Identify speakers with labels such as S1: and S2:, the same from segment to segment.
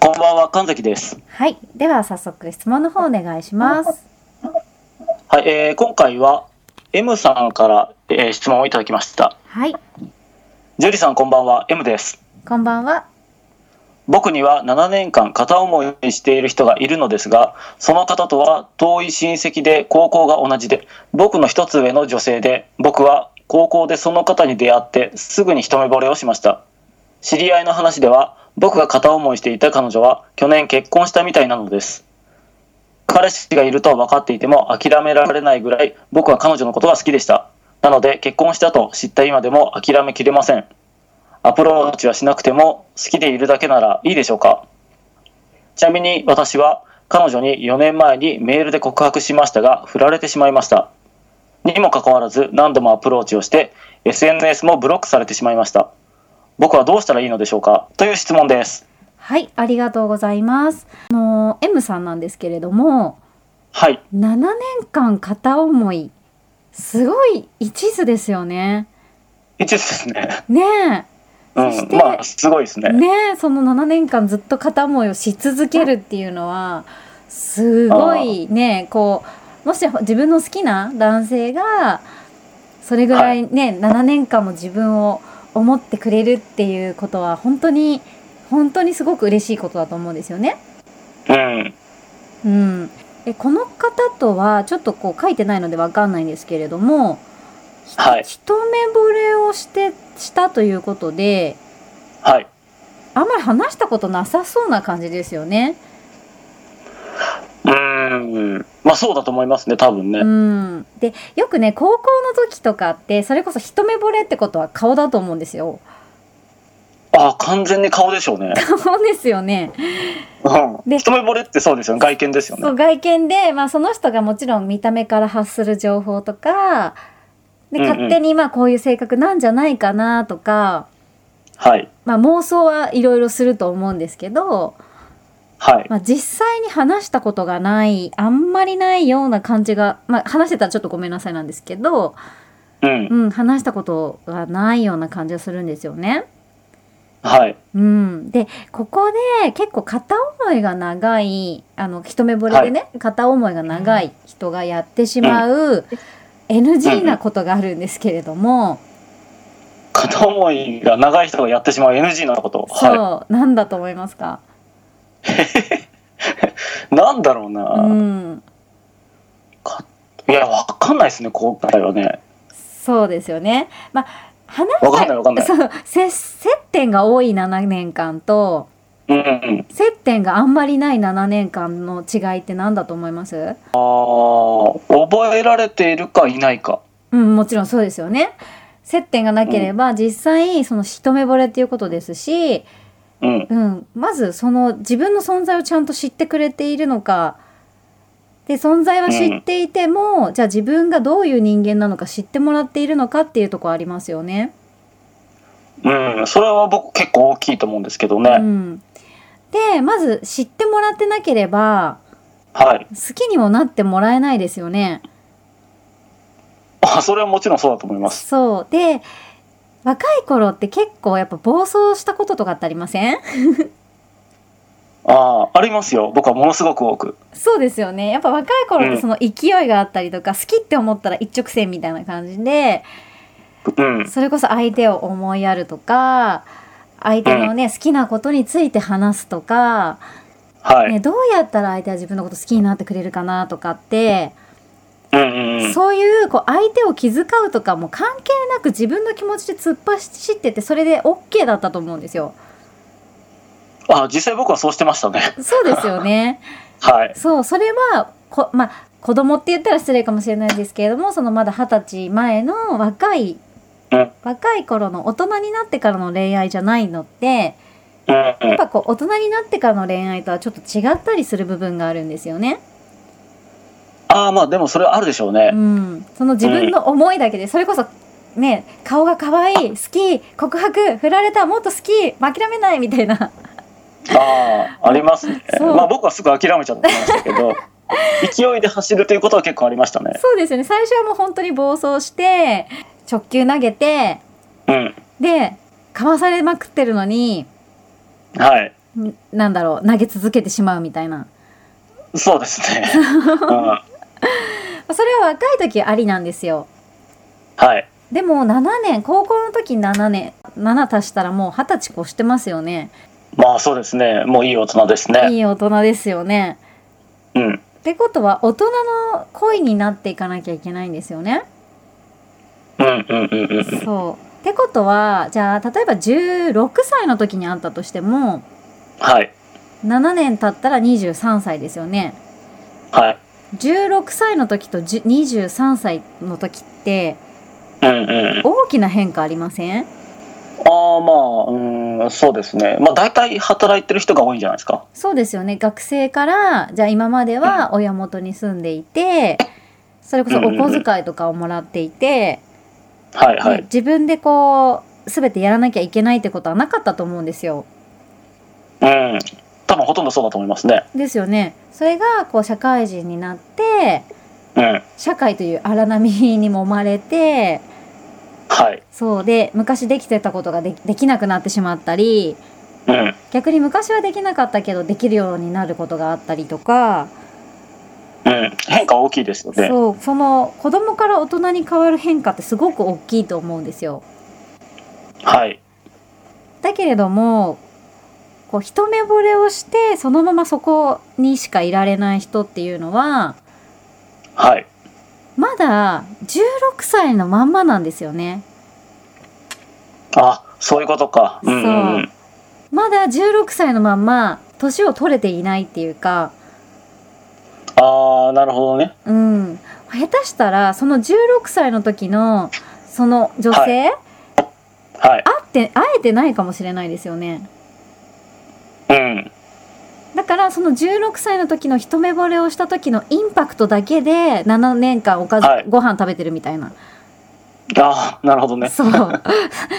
S1: こんばんは、神崎です。
S2: はい、では早速質問の方お願いします。
S1: はい、えー今回は M さんから、えー質問をいただきました。
S2: はい、
S1: ジュリさんこんばんは、M です。
S2: こんばんは。
S1: 僕には7年間片思いしている人がいるのですが、その方とは遠い親戚で高校が同じで、僕の一つ上の女性で、僕は高校でその方に出会ってすぐに一目惚れをしました。知り合いの話では、僕が片思いしていた彼女は去年結婚したみたいなのです。彼氏がいると分かっていても諦められないぐらい僕は彼女のことが好きでした。なので結婚したと知った今でも諦めきれません。アプローチはしなくても好きでいるだけならいいでしょうかちなみに私は彼女に4年前にメールで告白しましたが振られてしまいました。にもかかわらず何度もアプローチをして SNS もブロックされてしまいました。僕はどうしたらいいのでしょうかという質問です。
S2: はい、ありがとうございます。あの M さんなんですけれども、
S1: はい。
S2: 7年間片思い、すごい一途ですよね。
S1: 一途ですね。
S2: ね
S1: う
S2: そし
S1: ん。
S2: て
S1: まあ、すごいです
S2: え、
S1: ね。
S2: ねえ、その7年間ずっと片思いをし続けるっていうのは、すごいね、こう、もし自分の好きな男性が、それぐらいね、7年間も自分を思ってくれるっていうことは、本当に、本当にすごく嬉しいことだと思うんですよね。
S1: うん。
S2: うん、えこの方とはちょっとこう書いてないのでわかんないんですけれども、ひ
S1: はい
S2: 一目惚れをしてしたということで
S1: はい。
S2: あんまり話したことなさそうな感じですよね。
S1: うん。まあ、そうだと思いますね、多分ね。
S2: うん、でよくね高校の時とかってそれこそ一目惚れってことは顔だと思うんですよ。
S1: ああ、完全に顔でしょうね。
S2: そうですよね。
S1: うん。
S2: で
S1: 一目惚れってそうですよね。外見ですよ
S2: そう
S1: ね。
S2: 外見で、まあ、その人がもちろん見た目から発する情報とかで
S1: うんうん
S2: 勝手にまあこういう性格なんじゃないかなとか。
S1: はい。
S2: まあ、妄想はいろいろすると思うんですけど、
S1: はい。
S2: まあ、実際に話したことがないあんまりないような感じが、まあ、話してたらちょっとごめんなさいなんですけど、
S1: うん。
S2: うん、話したことがないような感じがするんですよね。
S1: はい。
S2: うん、でここで結構片思いが長いあの一目惚れでね、片思いが長い人がやってしまう NG なことがあるんですけれども、
S1: 片思いが長い人がやってしまう NG なこと。は
S2: そうなんだと思いますか、
S1: い。なんだろうな。
S2: うん
S1: いや、わかんないですね、今回はね。
S2: そうですよね。まあ、話した
S1: わかんないわかんない
S2: そう接接点が多い7年間と
S1: うんうん。
S2: 接点があんまりない7年間の違いって何だと思います
S1: ああ、覚えられているかいないか。
S2: うん、もちろんそうですよね。接点がなければ実際その一目惚れっていうことですし、
S1: うん。
S2: うん、まずその自分の存在をちゃんと知ってくれているのかで存在は知っていても、じゃあ自分がどういう人間なのか知ってもらっているのかっていうところありますよね。
S1: うん。それは僕結構大きいと思うんですけどね。
S2: うん、でまず知ってもらってなければ
S1: はい。
S2: 好きにもなってもらえないですよね。
S1: あそれはもちろんそうだと思います。
S2: そう。で、若い頃って結構やっぱ暴走したこととかってありません
S1: ああ、ありますよ。僕はものすごく多く。
S2: そうですよね。やっぱ若い頃ってその勢いがあったりとか、好きって思ったら一直線みたいな感じで、
S1: うん。
S2: それこそ相手を思いやるとか、相手のね、好きなことについて話すとか、
S1: はい。
S2: ね、どうやったら相手は自分のこと好きになってくれるかなとかって、
S1: うんうんうん。
S2: そういうこう相手を気遣うとかも関係なく自分の気持ちで突っ走っててそれで OK だったと思うんですよ。
S1: あ実際僕はそうしてましたね。
S2: そうですよ ね。
S1: はい。
S2: そうそれはこ、まあ、子供って言ったら失礼かもしれないですけれどもそのまだ二十歳前の若い
S1: うん
S2: 若い頃の大人になってからの恋愛じゃないのって
S1: うんう
S2: やっ
S1: ん。
S2: ぱこう大人になってからの恋愛とはちょっと違ったりする部分があるんですよね。
S1: ああ、まあでもそれはあるでしょうね
S2: う。ん、その自分の思いだけで、それこそね顔が可愛い好き告白振られたもっと好き諦めないみたいな
S1: ああ、ありますね。
S2: そう
S1: まあ僕はすぐ諦めちゃってました けど、勢いで走るということは結構ありましたね。
S2: そうですよね最初はもう本当に暴走して直球投げて
S1: うん。
S2: でかわされまくってるのに
S1: はい。
S2: んなんだろう投げ続けてしまうみたいな
S1: そうです ね。うん。は
S2: それは若い時ありなんですよ
S1: い。
S2: でも7年高校の時7年7足したらもう二十歳越してますよね
S1: まあそうですね。もういい大人ですね。
S2: いい大人ですよね
S1: うん。
S2: ってことは大人の恋になっていかなきゃいけないんですよね。
S1: うんうんうんうんうん。
S2: そうってことはじゃあ例えば16歳の時に会ったとしても
S1: はい。
S2: 7年経ったら23歳ですよね。
S1: はい。
S2: 16歳の時と10 23歳の時って
S1: うんうんうん。
S2: 大きな変化ありません
S1: ああ、まあ、うん、そうですね。まあ大体働いてる人が多いんじゃないですか。
S2: そうですよね学生からじゃあ今までは親元に住んでいてそれこそお小遣いとかをもらっていて、
S1: はいは
S2: ね
S1: い。
S2: 自分でこう全てやらなきゃいけないってことはなかったと思うんですよ。
S1: うん。多分ほとんどそうだと思いますね。
S2: ですよね。それがこう社会人になって
S1: うん。
S2: 社会という荒波に揉まれて
S1: はい。
S2: そうで昔できてたことがでできなくなってしまったり
S1: うん。
S2: 逆に昔はできなかったけどできるようになることがあったりとか、
S1: うん。変化大きいですよね。
S2: そうその子供から大人に変わる変化ってすごく大きいと思うんですよ。
S1: はい。
S2: だけれどもこう一目惚れをしてそのままそこにしかいられない人っていうのは
S1: はい。
S2: まだ16歳のまんまなんですよね。
S1: あ、そういうことか。うんうんうん。
S2: まだ16歳のまんま年を取れていないっていうか、
S1: ああ、なるほどね。
S2: うん、下手したらその16歳の時のその女性、
S1: はい。
S2: 会って会えてないかもしれないですよね
S1: うん。
S2: だからその16歳の時の一目惚れをした時のインパクトだけで7年間おかず、
S1: はい
S2: ご飯食べてるみたいな、
S1: ああ、なるほどね。
S2: そう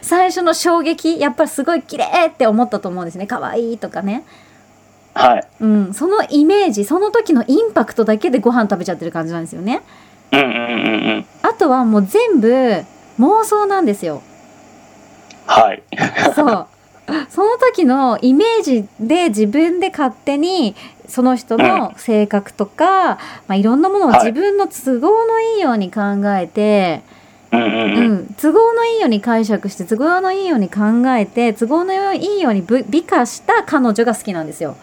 S2: 最初の衝撃やっぱりすごい綺麗って思ったと思うんですね可愛いとかね、
S1: はい。
S2: うん、そのイメージその時のインパクトだけでご飯食べちゃってる感じなんですよね
S1: うんうんうんうん。
S2: あとはもう全部妄想なんですよ。
S1: はい。
S2: そう。その時のイメージで自分で勝手にその人の性格とか、まあ、いろんなものを
S1: はい
S2: 自分の都合のいいように考えて、
S1: うんうん
S2: う
S1: うん。
S2: ん、都合のいいように解釈して都合のいいように考えて都合のいいようにぶ美化した彼女が好きなんですよ。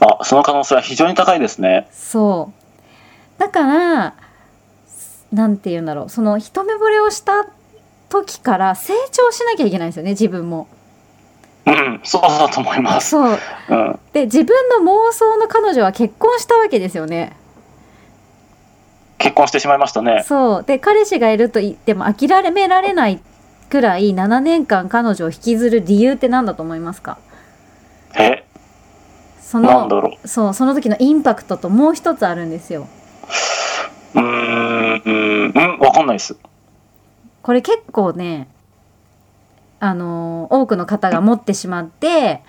S1: あ、その可能性は非常に高いですね。
S2: そう。だから、なんて言うんだろう。その一目惚れをした時から成長しなきゃいけないんですよね、自分も。
S1: うん。そうだと思います。
S2: そう。
S1: うん。
S2: で、自分の妄想の彼女は結婚したわけですよね。
S1: 結婚してしまいましたね。
S2: そう。で、彼氏がいると言っても諦められないくらい7年間彼女を引きずる理由って何だと思いますか
S1: え、
S2: そ
S1: なんだ
S2: の、
S1: ろう。
S2: そう、その時のインパクトともう一つあるんですよ。
S1: うーん、うん、うん、わかんないです。
S2: これ結構ねあのー多くの方が持ってしまって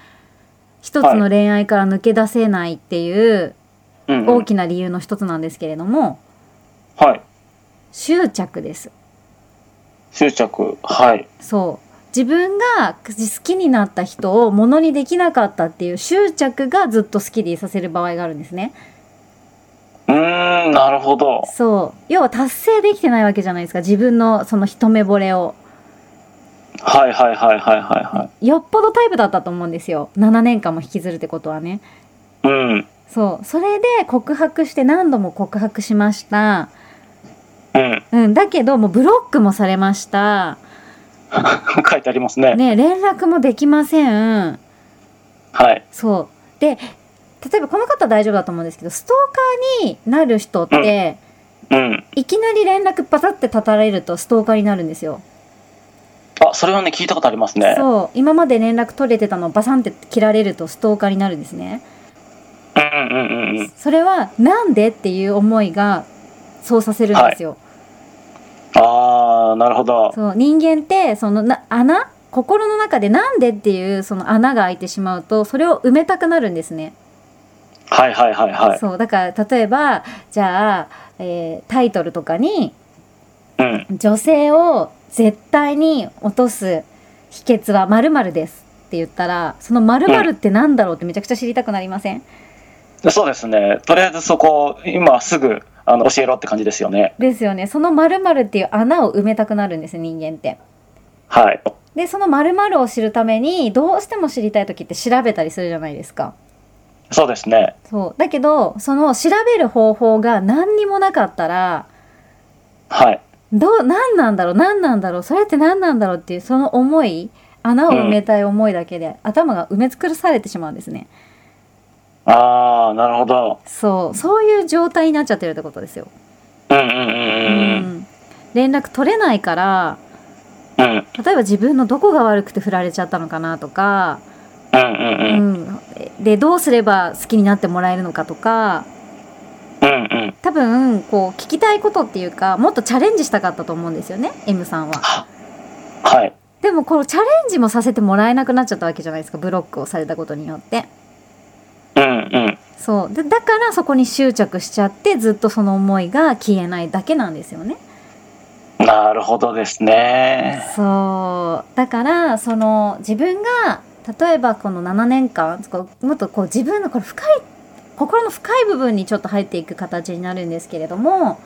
S2: 一つの恋愛から抜け出せないっていう
S1: うん、うん。
S2: 大きな理由の一つなんですけれども、
S1: はい。
S2: 執執着です。
S1: 執着。はい。
S2: そう。自分が好きになった人をものにできなかったっていう執着がずっと好きでいさせる場合があるんですね。
S1: うーん、なるほど。
S2: そう。要は達成できてないわけじゃないですか。自分のその一目惚れを。
S1: はいはいはいはいはいは
S2: よっぽどタイプだったと思うんですよ。7年間も引きずるってことはね。
S1: い。うん。
S2: そう。それで告白して何度も告白しました。
S1: うん。
S2: うん。だけど、もうブロックもされました。
S1: 書いてありますね。
S2: ね、連絡もできません。
S1: はい。
S2: そう。で、例えばこの方は大丈夫だと思うんですけど、ストーカーになる人って、
S1: うん。
S2: いきなり連絡パタって立たれるとストーカーになるんですよ。
S1: あ、それはね、聞いたことありますね。う
S2: そう。今まで連絡取れてたのをバサンって切られるとストーカーになるんですね。
S1: んうんうんうん。
S2: それはなんでっていう思いがそうさせるんですよ。
S1: あー、なるほど。
S2: そう人間ってそのな穴心の中でなんでっていうその穴が開いてしまうとそれを埋めたくなるんですね。
S1: はいはいはいはい。
S2: そうだから例えばじゃあ、えータイトルとかに
S1: うん。
S2: 女性を絶対に落とす秘訣はまるですって言ったらそのまるってなんだろうってめちゃくちゃ知りたくなりません
S1: そうですね。とりあえずそこ、今すぐ、あの、教えろって感じですよね。
S2: ですよね。そのまるっていう穴を埋めたくなるんです人間って。
S1: はい。
S2: でその〇〇を知るためにどうしても知りたい時って調べたりするじゃないですか。
S1: そうですね。
S2: そうだけどその調べる方法が何にもなかったら
S1: はい。
S2: どう何なんだろう何なんだろうそれって何なんだろうっていうその思い穴を埋めたい思いだけで、頭が埋め尽くされてしまうんですね。
S1: あー、なるほど。
S2: そうそういう状態になっちゃってるってことですよ。
S1: うんうんうん
S2: う
S1: うん
S2: ん連絡取れないから
S1: うん。うん
S2: 例えば自分のどこが悪くて振られちゃったのかなとか、
S1: うんうん
S2: う
S1: うん。
S2: ん、でどうすれば好きになってもらえるのかとか
S1: うんうん。
S2: 多分こう聞きたいことっていうかもっとチャレンジしたかったと思うんですよね M さんは
S1: はい。
S2: でもこのチャレンジもさせてもらえなくなっちゃったわけじゃないですかブロックをされたことによって
S1: うんうん。
S2: そうでだからそこに執着しちゃってずっとその思いが消えないだけなんですよね
S1: なるほどですね。
S2: そうだからその自分が例えばこの7年間こうもっとこう自分のこれ深い心の深い部分にちょっと入っていく形になるんですけれども、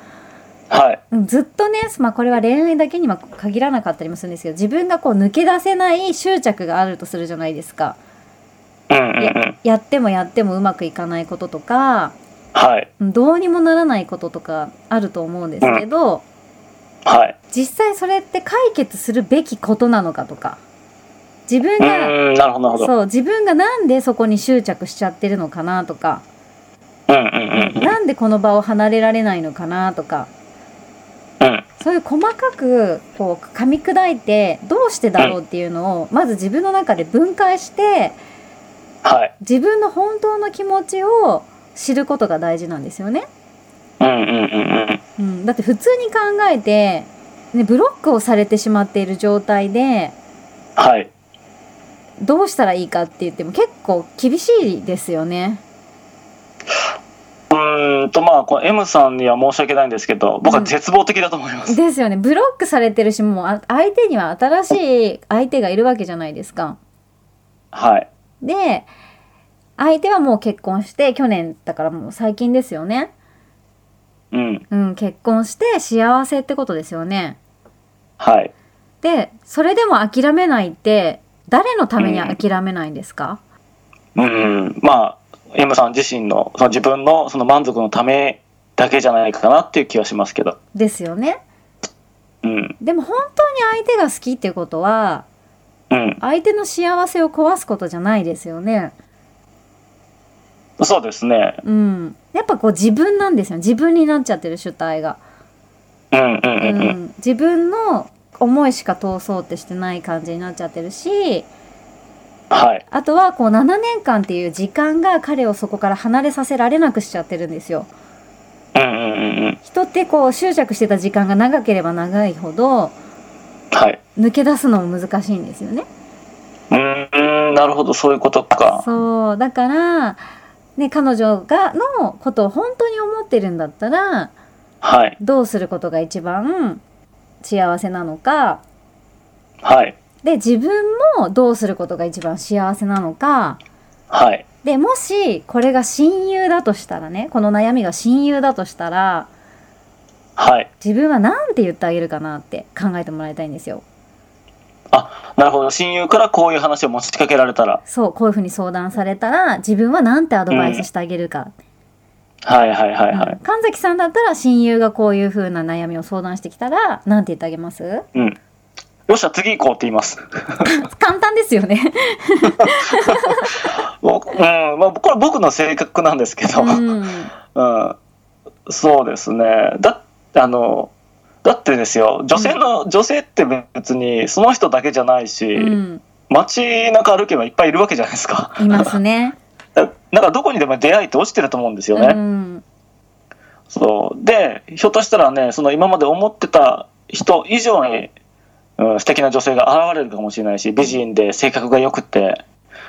S1: はい。
S2: うんずっとね、まあ、これは恋愛だけには限らなかったりもするんですけど自分がこう抜け出せない執着があるとするじゃないですか
S1: うんうんうん。
S2: やってもやってもうまくいかないこととか
S1: はい。
S2: うんどうにもならないこととかあると思うんですけど、
S1: はい。
S2: 実際それって解決するべきことなのかとか自分
S1: う
S2: が、
S1: ーん、なるほどなるほど。
S2: そう自分がなんでそこに執着しちゃってるのかなとか、
S1: うんうんうん
S2: なんでこの場を離れられないのかなとか
S1: うん。うん。
S2: そういう細かくこう噛み砕いてどうしてだろうっていうのをまず自分の中で分解して
S1: はい。
S2: 自分の本当の気持ちを知ることが大事なんですよね。
S1: うんうんうんうん。
S2: うん、だって普通に考えて、ね、ブロックをされてしまっている状態で
S1: はい。
S2: どうしたらいいかって言っても結構厳しいですよね。
S1: うーんとまあこの M さんには申し訳ないんですけど僕は絶望的だと思います、
S2: ですよね。ブロックされてるしもうあ相手には新しい相手がいるわけじゃないですか。
S1: はい
S2: で相手はもう結婚して去年だからもう最近ですよね、
S1: うん
S2: うん、結婚して幸せってことですよね
S1: はい
S2: でそれでも諦めないって誰のために諦めないんですか、
S1: うんまあ M さん自身のその自分のその満足のためだけじゃないかなっていう気はしますけど
S2: ですよね
S1: うん
S2: でも本当に相手が好きっていうことは
S1: うん
S2: 相手の幸せを壊すことじゃないですよね
S1: そうですね
S2: うんやっぱこう自分なんですよ自分になっちゃってる主体が、
S1: うんうん
S2: う
S1: うんうん
S2: ん、自分の思いしか通そうってしてない感じになっちゃってるし
S1: はい
S2: あとはこう7年間っていう時間が彼をそこから離れさせられなくしちゃってるんですよ。
S1: うんうんうんうん
S2: 人ってこう執着してた時間が長ければ長いほど
S1: はい
S2: 抜け出すのも難しいんですよね。
S1: うーんなるほどそういうことか
S2: そうだから、ね、彼女がのことを本当に思ってるんだったら
S1: はい。
S2: どうすることが一番幸せなのか
S1: はい。
S2: で自分もどうすることが一番幸せなのか
S1: はい。
S2: でもしこれが親友だとしたらねこの悩みが親友だとしたら
S1: はい。
S2: 自分は何て言ってあげるかなって考えてもらいたいんですよ。
S1: なるほど。親友からこういう話を持ちかけられたら。
S2: そうこういうふうに相談されたら自分は何てアドバイスしてあげるか、
S1: はいはいはいは
S2: うん
S1: い。
S2: 神崎さんだったら親友がこういうふうな悩みを相談してきたら何て言ってあげます
S1: よっしゃ、次行こうって言います。
S2: 簡単です よね。
S1: 僕、うん、まあ、これは僕の性格なんですけど、う
S2: う
S1: ん、
S2: ん
S1: そうですね。だ、あの、だってですよ、女性の、女性って別にその人だけじゃないし、
S2: うん、
S1: 街中歩けばいっぱいいるわけじゃないですか。
S2: いますね。
S1: だなんかどこにでも出会いって落ちてると思うんですよね。
S2: うん、
S1: そう。で、ひょっとしたらね、その今まで思ってた人以上に、うん、素敵な女性が現れるかもしれないし、美人で性格が良くて、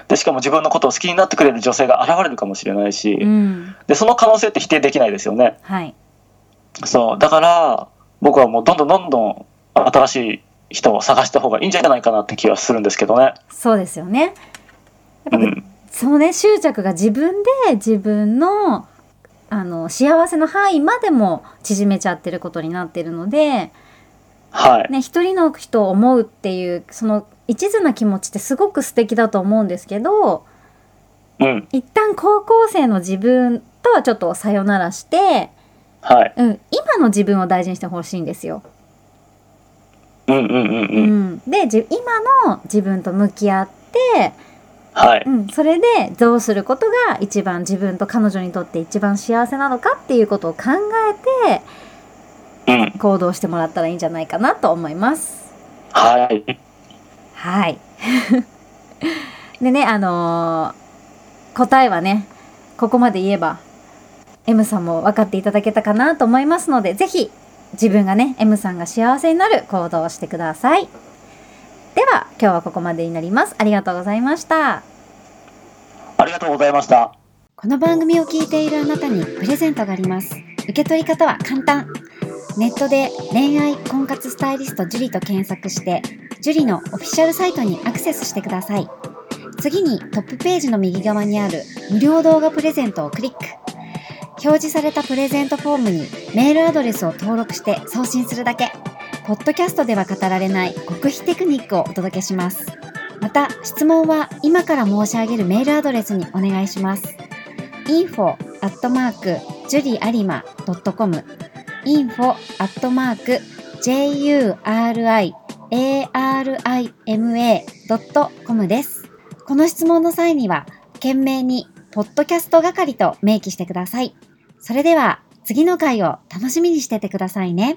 S1: で、しかも自分のことを好きになってくれる女性が現れるかもしれないし、
S2: うん、
S1: で、その可能性って否定できないですよね。
S2: はい。
S1: そう。だから、僕はもうどんどんどんどん新しい人を探した方がいいんじゃないかなって気はするんですけどね。
S2: そうですよね。やっ
S1: う
S2: ぱ
S1: ん。
S2: そのね執着が自分で自分のあの幸せの範囲までも縮めちゃってることになってるので、
S1: はい。
S2: ね、一人の人を思うっていうその一途な気持ちってすごく素敵だと思うんですけど
S1: うん。
S2: 一旦高校生の自分とはちょっとさよならして、
S1: はい。
S2: うん、今の自分を大事にしてほしいんですよ。
S1: うんうんうん
S2: う
S1: うん。
S2: ん、でじ今の自分と向き合って、
S1: はい。
S2: うん、それでどうすることが一番自分と彼女にとって一番幸せなのかっていうことを考えて
S1: うん。
S2: 行動してもらったらいいんじゃないかなと思います。
S1: はい。
S2: はい。 でね、あのー答えはね、ここまで言えば M さんも分かっていただけたかなと思いますので、ぜひ自分がね、M さんが幸せになる行動をしてください。では、今日はここまでになります。ありがとうございました。
S1: ありがとうございました。
S3: この番組を聞いているあなたにプレゼントがあります。受け取り方は簡単。ネットで恋愛婚活スタイリスト樹と検索して、樹のオフィシャルサイトにアクセスしてください。次にトップページの右側にある無料動画プレゼントをクリック。表示されたプレゼントフォームにメールアドレスを登録して送信するだけ。ポッドキャストでは語られない極秘テクニックをお届けします。また、質問は今から申し上げるメールアドレスにお願いします。info アットマーク juriarima.com info アットマーク juriarima.com です。この質問の際には、懸命にポッドキャスト係と明記してください。それでは、次の回を楽しみにしててくださいね。